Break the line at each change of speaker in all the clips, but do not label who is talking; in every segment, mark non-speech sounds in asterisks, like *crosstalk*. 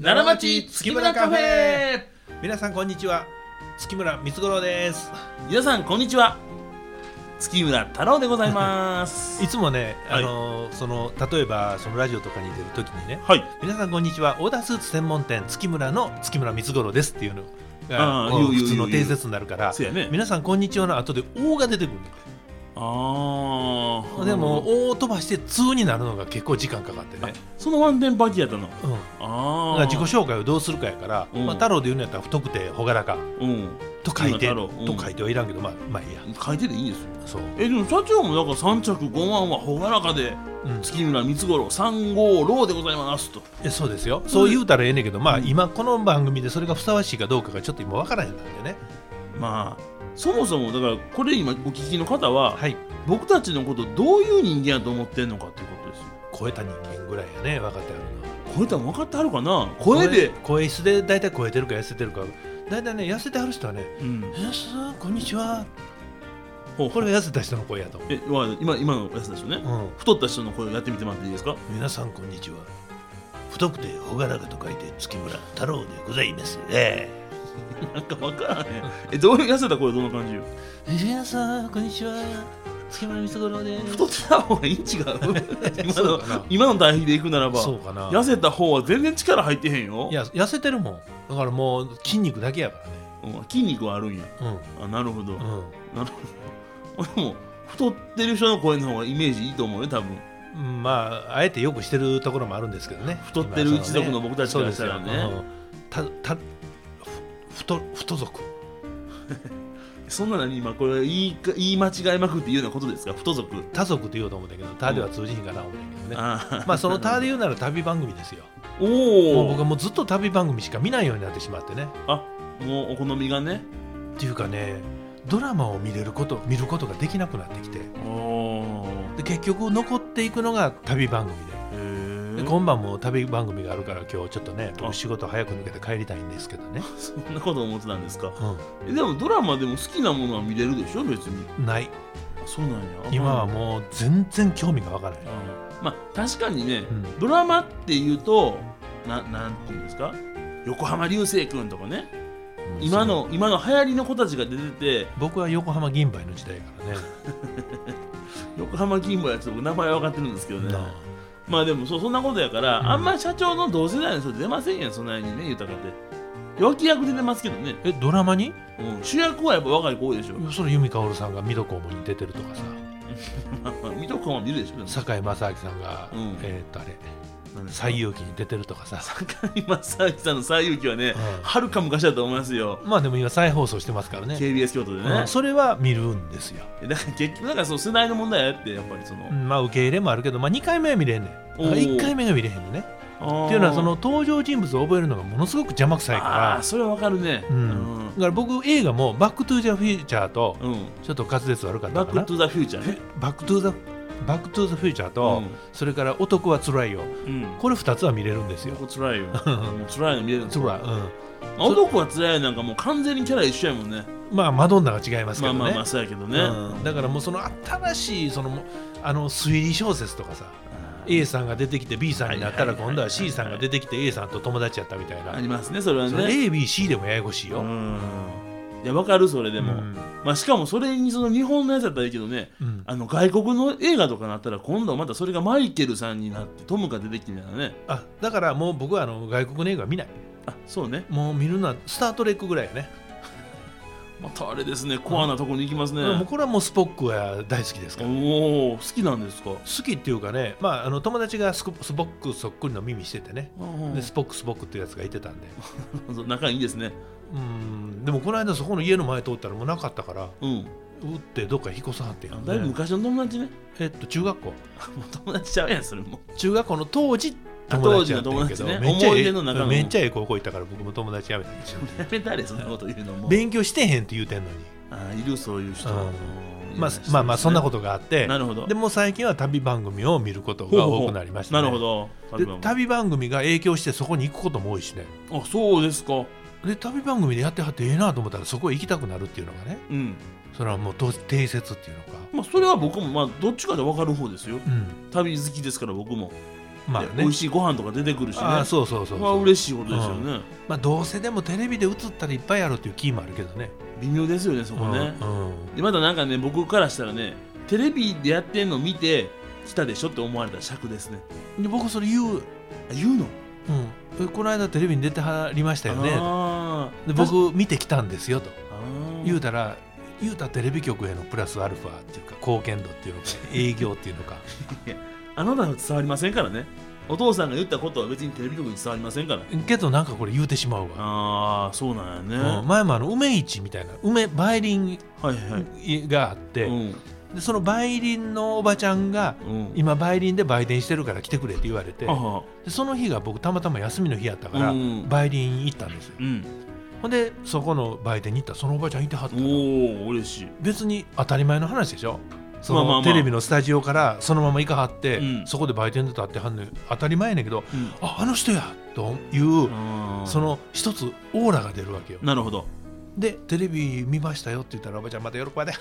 奈良町月村カフェ
皆さんこんにちは月村光五郎です
皆さんこんにちは月村太郎でございます
いつもね、
*laughs* はい
あのその例えばそのラジオとかに出るときにね
はい
皆さんこんにちはオーダースーツ専門店月村の月村光五郎ですっていうの
あ
が
ー
こう
言う言う
普通の
言う言う
定説になるから
そうやね
皆さんこんにちはの後で「お」が出てくる
あー
のでも「お」を飛ばして「通」になるのが結構時間かかってね、
そのワンデンバキやったの
うん、だか
あ
ら
あ
自己紹介をどうするかやから、
うん
まあ、太郎で言うのやったら太くて朗らか
うん
と書いて、
月村太郎うん
と書いてはいらんけどまあまあいいや
書いてでいいんですよ
そう、
えでも社長もだから三着五万は朗らかで
うん、
月村光五郎三五郎でございますと
えそうですよそう言うたらええねんけど、まあ
うん
今この番組でそれがふさわしいかどうかがちょっと今わからへんなんでね
まあそもそもだからこれ今お聞きの方は、
はい
僕たちのことどういう人間やと思ってんのかということですよ
超えた人間ぐらいやね分かってあるの
声多分分かってはるかな声で、
声質で大体超えてるか痩せてるか大体ね痩せてはる人はね
うん
「皆さんこんにちは
ほう」
これが痩せた人の声やと思う
えわかった今今のやつですよね、
うん
太った人の声をやってみてもらっていいですか *laughs*
皆さんこんにちは太くて朗らかと書いて月村太郎でございますえ
なんか分からへんえどういう痩せた声どんな感じよ
え皆さんこんにちは月村光五郎です
太ってた方がいい違う *laughs* 今
そう
の
かな
今の対比でいくならば
そうかな
痩せた方は全然力入ってへんよ
いや痩せてるもんだからもう筋肉だけやか
うん筋肉はあるんや
らね
あなるほど、
う
なる
んうん
ほど *laughs* 俺も太ってる人の声の方がイメージいいと思うよ多分
うんまああえてよくしてるところもあるんですけどね
太ってる一族の僕たちからしたらね
そうですようんたたふ太太族
そんなのに今これ言いか言い間違えまくっていうようなことですか太族、
他族って言おうと思うんだけど他では通じひんかな思うんだけどね、
あ
まあその他で言うなら旅番組ですよ
*laughs* お
もう
*laughs* お
僕はもうずっと旅番組しか見ないようになってしまってね
あもうお好みがね
っていうかねドラマを見れること見ることができなくなってきて
お
で結局残っていくのが旅番組で
へ
で
え
今晩も旅番組があるから今日ちょっとね僕仕事早く抜けて帰りたいんですけどね、
そんなこと思ってたんですか
う
えでもドラマでも好きなものは見れるでしょ別に
ん、ない
そうなんや
今はもう全然興味がわからない、
あまあ確かにね、
うん
ドラマっていうとななんていうんですか横浜流星君とかね今の今の流行りの子たちが出てて
僕は横浜銀杯の時代からね
横浜銀坊やつ僕名前は分かってるんですけどね
なあ
まあでもそうそんなことやから、
うん
あんまり社長の同世代の人出ませんやんそんなにね豊かって脇役で出ますけどね、
えドラマに
うん、主役はやっぱ若い子多いでしょ
それ由美かおるさんが水戸黄門に出てるとかさ
まあまあ水戸君 *laughs* は見るでしょでも
堺正明さんが、
うん
えーっとあれ
なんですか *laughs*
西遊記に出てるとかさ、
堺正明さんの西遊記はね
うん
はるか昔だと思いますよ
まあでも今再放送してますからね
KBS 京都でね、
うんそれは見るんですよ、
だから結局だからその世代の問題やってやっぱりその、
うんまあ受け入れもあるけど、まあ、2回目は見れへんねんだから
おー
1回目が見れへんのね
あー
っていうのはその登場人物を覚えるのがものすごく邪魔くさい
あ
か
ーそれはわかるね
ら、うんだから僕映画も「バック・トゥ・ザ・フューチャー」と
うん、うん
ちょっと滑舌悪かった
バッ
かな
ク・トゥ・ザ・フューチャーね
「バック・トゥ・ザ・バック・トゥ・ザ・フューチャーと」それから「男はつらいよ
うん、」
これ2つは見れるんですよ
ここつらいよもうつらいの見れるんです
つ
よ
らい、うん、
まあ男はつらいなんかもう完全にキャラ一緒やもんね
まあマドンナが違いますけ
ま
ど
あ
ね、
まあまあそうやけどね、
うんだからもうその新しいそのもあの推理小説とかさ A さんが出てきて B さんになったら
はいはいはい
今度は C さんが出てきて A さんと友達やったみたいな
ありますねそれは
それ
ね
ABC でもややこしいうよ、
んいやわかるそれでも、
うん
まあしかもそれにその日本のやつだったらいいけどね
うん
あの外国の映画とかなったら今度またそれがマイケルさんになってトムが出てきてみたいなね
あだからもう僕はあの外国の映画見ない
あそうね
もう見るのは「スター・トレック」ぐらいやね
またあれですねコアなとこに行きますね、
もうこれはもうスポックは大好きですから
おお好きなんですか、
好きっていうかね、まあ、あの友達がスコスポックそっくりの耳しててねでスポックスポックっていうやつがいてたんで
仲いいですね
うんでもこの間そこの家の前通ったらもうなかったから
うん
打ってどっか引っ越さはってんや
あ
んね
だいぶ昔の友達ね *laughs*
えっと中学校
もう友達ちゃうやんそれも
中学校の当時
あ
友達やってんけど、
当時の友達ね
めっちゃええ
思い出の中の
めっちゃええ高校行ったから僕も友達やめたんですよ
やめたれそんなこと言うのも
勉強してへんって言うてんのに、
あいるそういう人、
うん
うん
まあ
いらっしゃいすね
まあまあそんなことがあって
なるほど
でもう最近は旅番組を見ることが多くなりました、ね、
なるほど
で
旅番
旅番組が影響してそこに行くことも多いしね
組あそうですか
で旅番組でやってはってええなと思ったらそこへ行きたくなるっていうのがね
うん
それはもうど定説っていうのか
まあそれは僕もまあどっちかで分かる方ですよ
うん
旅好きですから僕も
まあ
で
ね
美味しいご飯とか出てくるしね
ああそうそうそう
これは
そう
嬉しいことですよね、
まあどうせでもテレビで映ったらいっぱいあるっていうキーもあるけどね
微妙ですよねそこね、
うんうん
でまたなんかね僕からしたらねテレビでやってんの見て来たでしょって思われた尺ですね
で僕それ言う、うん
あ言うの
え、この間テレビに出てはりましたよね
あー
で僕見てきたんですよと
あー
言うたら言うたらテレビ局へのプラスアルファっていうか貢献度っていうのか営業っていうのか
あなたは伝わりませんからねお父さんが言ったことは別にテレビ局に伝わりませんから
けどなんかこれ言うてしまうわ、
ああそうなんやね、
うん前もあの梅市みたいな梅梅林
はいはい
があって、
うん
でその梅林のおばちゃんが
うん
今梅林で売店してるから来てくれって言われて
あは
でその日が僕たまたま休みの日やったから
うん
梅林行ったんですよ
うん
ほんでそこの売店に行ったらそのおばちゃんいてはったの
おお嬉しい
別に当たり前の話でしょそ
まあまあ
の
まあ
テレビのスタジオからそのまま行かはって
うん
そこで売店で立ってはんのよ当たり前やねんけど
うん
ああの人やという
あー
その一つオーラが出るわけよ
なるほど
でテレビ見ましたよって言ったらおばちゃんまた喜ばれて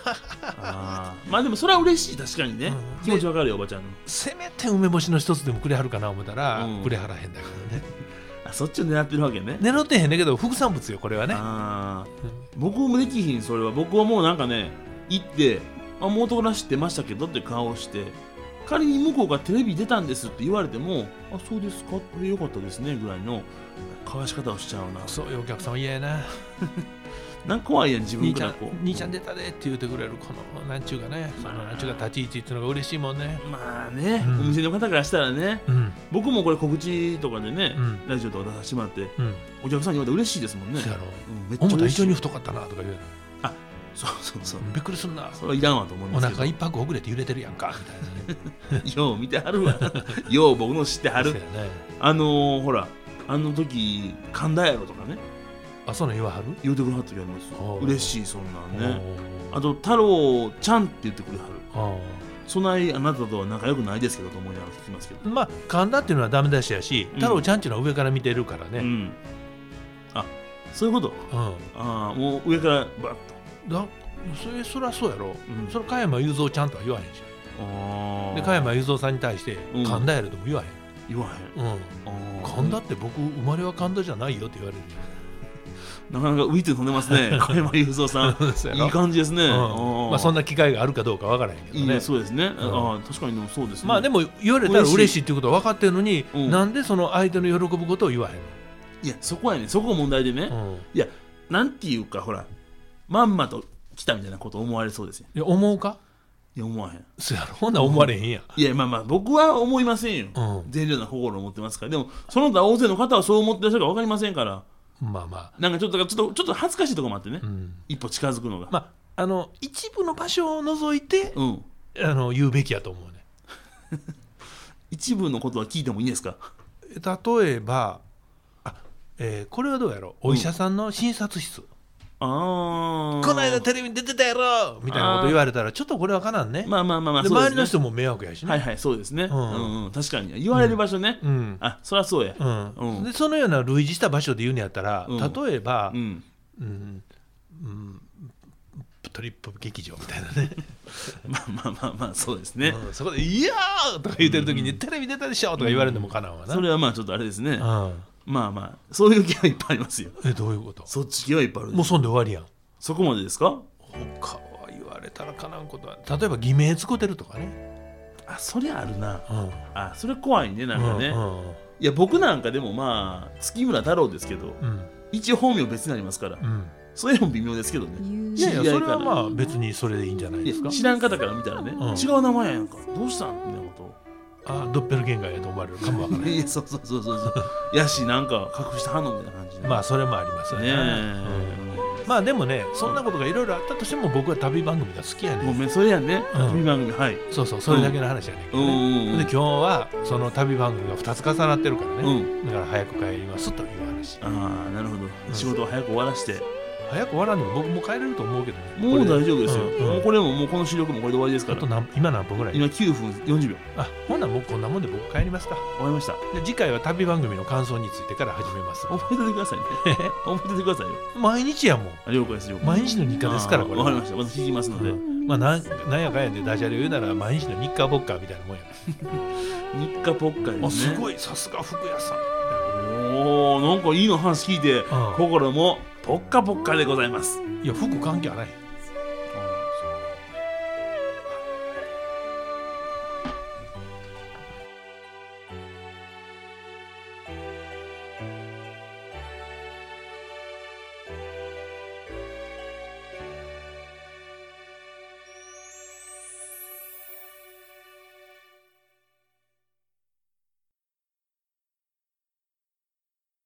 あーまあでもそれは嬉しい確かにね、
うん
気持ちわかるよおばちゃんの
せめて梅干しの一つでもくれはるかな思ったら
うん
くれはらへんだからね
あそっちを狙ってるわけね
狙ってへんねんけど副産物よこれはね
あー
うん
僕もできひんそれは僕はもうなんかね行ってあもうとらしてましたけどって顔をして仮に向こうがテレビ出たんですって言われてもあそうですかこれよかったですねぐらいのかわし方をしちゃうな
そういうお客様嫌やな
なんか怖いやん自分
兄ち
か
ゃ
ら
ん
こう
兄ちゃん出たでって言ってくれるこのなんちゅうかねそのなんちゅうか立ち位置っていうのが嬉しいもんね
まあね、
うん
お店の方からしたらね
うん
僕もこれ告知とかでね、
うん
ラジオとか出させてもらって
うん
お客さんに言われたら嬉しいですもんね
そうやろ
うん、めっちゃ
思った
嬉
以
し
上
い
に太かったなとか言うやろ
そうそうそう
びっくりすんな
それはいらんわと思うんで
お
すけど
腹一泊遅れて揺れてるやんかみたいなね
よう見ては
*laughs*
るわよう僕の知ってはる
そうやね
あのー、ほらあの時神田やろとかね
あその言わはる
言うてくれはった時あります
おう
嬉しいそんなんね
おー
あと太郎ちゃんって言ってくれはる
あ
そないあなたとは仲良くないですけどと思いながら聞きますけど
ーまあ神田っていうのはダメ出しやし
ん
太郎ちゃんっていうのは上から見てるから
う
ね
んあそういうこと
うん
ああもう上からバッと
だそれそりゃそうやろ
うん
それ加山雄三ちゃんとは言わへんし
ああ
で加山雄三さんに対して
うん
神田やろとも言わへ
言わ
んうん
へんあー
神田って僕生まれは神田じゃないよって言われる
なかなか浮いて飛んでま
*laughs*
すね加山雄三さんいい
ね
感じですね、
うん
あ
まあ、そん
な
な機会があるかどうかわからへんけど
いい
ね
ねそうですね、ああ確かにそうですね
まあでも言われたら嬉
嬉し
しいっていうことは分かってるのに、
うん
なんでその相手の喜ぶことを言わへ
いやそこやねそこが問題でね、
んの、うん、い
いやなんていうかほらまんまと来たみたいなこと思われそうですよ
や思うか
いや思わへん
そやろほんなら思われへんや、
いやまあまあ僕は思いませんよ、
うん
善良な心を持ってますからでもその他大勢の方はそう思ってらっしゃるか分かりませんから
まあまあ、
なんかちょっとだからちょっとちょっと恥ずかしいところもあってね、
うん、
一歩近づくのが、
まああの一部の場所を除いて、
うん
あの言うべきやと思うね
一部のことは聞いてもいいですか
例えばあ、えーこれはどうやろお医者さんの診察室、
ああ
この間テレビに出てたやろみたいなこと言われたらちょっとこれはかなんね、
まあまあまあまあ
で
そうです
周りの人も迷惑やしね、
はいはいそうですね、うんんうん確かに言われる場所ね、
うん
あそりゃそうや
うん
うん
でそのような類似した場所で言うんやったら、
うん
例えば、
うん
うんうん、トリップ劇場みたいな
*laughs*
ね、
まあまあまあまあそうですね、
うんそこで「いやー!」とか言ってる時に「テレビ出たでしょ!」とか言われるのもかなわな、
それはまあちょっとあれですね、
うん
まあまあそういう気はいっぱいありますよ
えどういうこと
*laughs* そっち系はいっぱいある
もうそんで終わりやん
そこまでですか
他は言われたらかなんことは例えば偽名使うてるとかね、
あそりゃあるな
うん
あそれ怖いねなんかね、
うん
いや僕なんかでもまあ月村太郎ですけど
うん
一応本名別になりますから
うん
それも微妙ですけどね
いやいや
知り合
それ
いから
はまあ別にそれでいいんじゃない
い
ですか
や知らん方から見たらね、
うん
違う名前やんかどうしたんみたいなこ
あドッペルゲンガーやと思われるかもわから
と
ない
いやそうそうそうそうそうやしなんか隠してはんのみたいな感じで
まあそれもありますよ
ね
ね
え、
うんまあでもねそんなことがいろいろあったとしても僕は旅番組が好きや
ご
ね
めんそれやね、
うん
旅番組はい
そうそうそれだけの話やねんけ
う
どね、
んうん
で今日はその旅番組が2つ重なってるから
う
ね、
ん
だから早く帰りますという話
ああなるほ
う
ど
ん
仕事を早く終わらして
早く終わらんでも僕もう帰れると思うけどね
もう大丈夫ですよ、
これで
もう
うん
これももうこの視力もこれで終わりですか
あと
ら
何今何分ぐらい
今9分40秒
あほんならもうこんなもんで僕帰りますか
終わりました
で次回は旅番組の感想についてから始めます
覚えててくださいね覚えててくださいよ
*laughs* 毎日やもん
あ了解です了解
毎日の日課ですからこれ
わかりましたまた聞きますので、
うんまあなんなんやかんやでダジャレを言うなら毎日の日課ボッカーみたいなもんや、
日課ポッカですね
あすご
い
いさすが服屋さん
おーなんかいいの話聞いて
ああ
心もポッカポッカでございます
いや服関係あらへん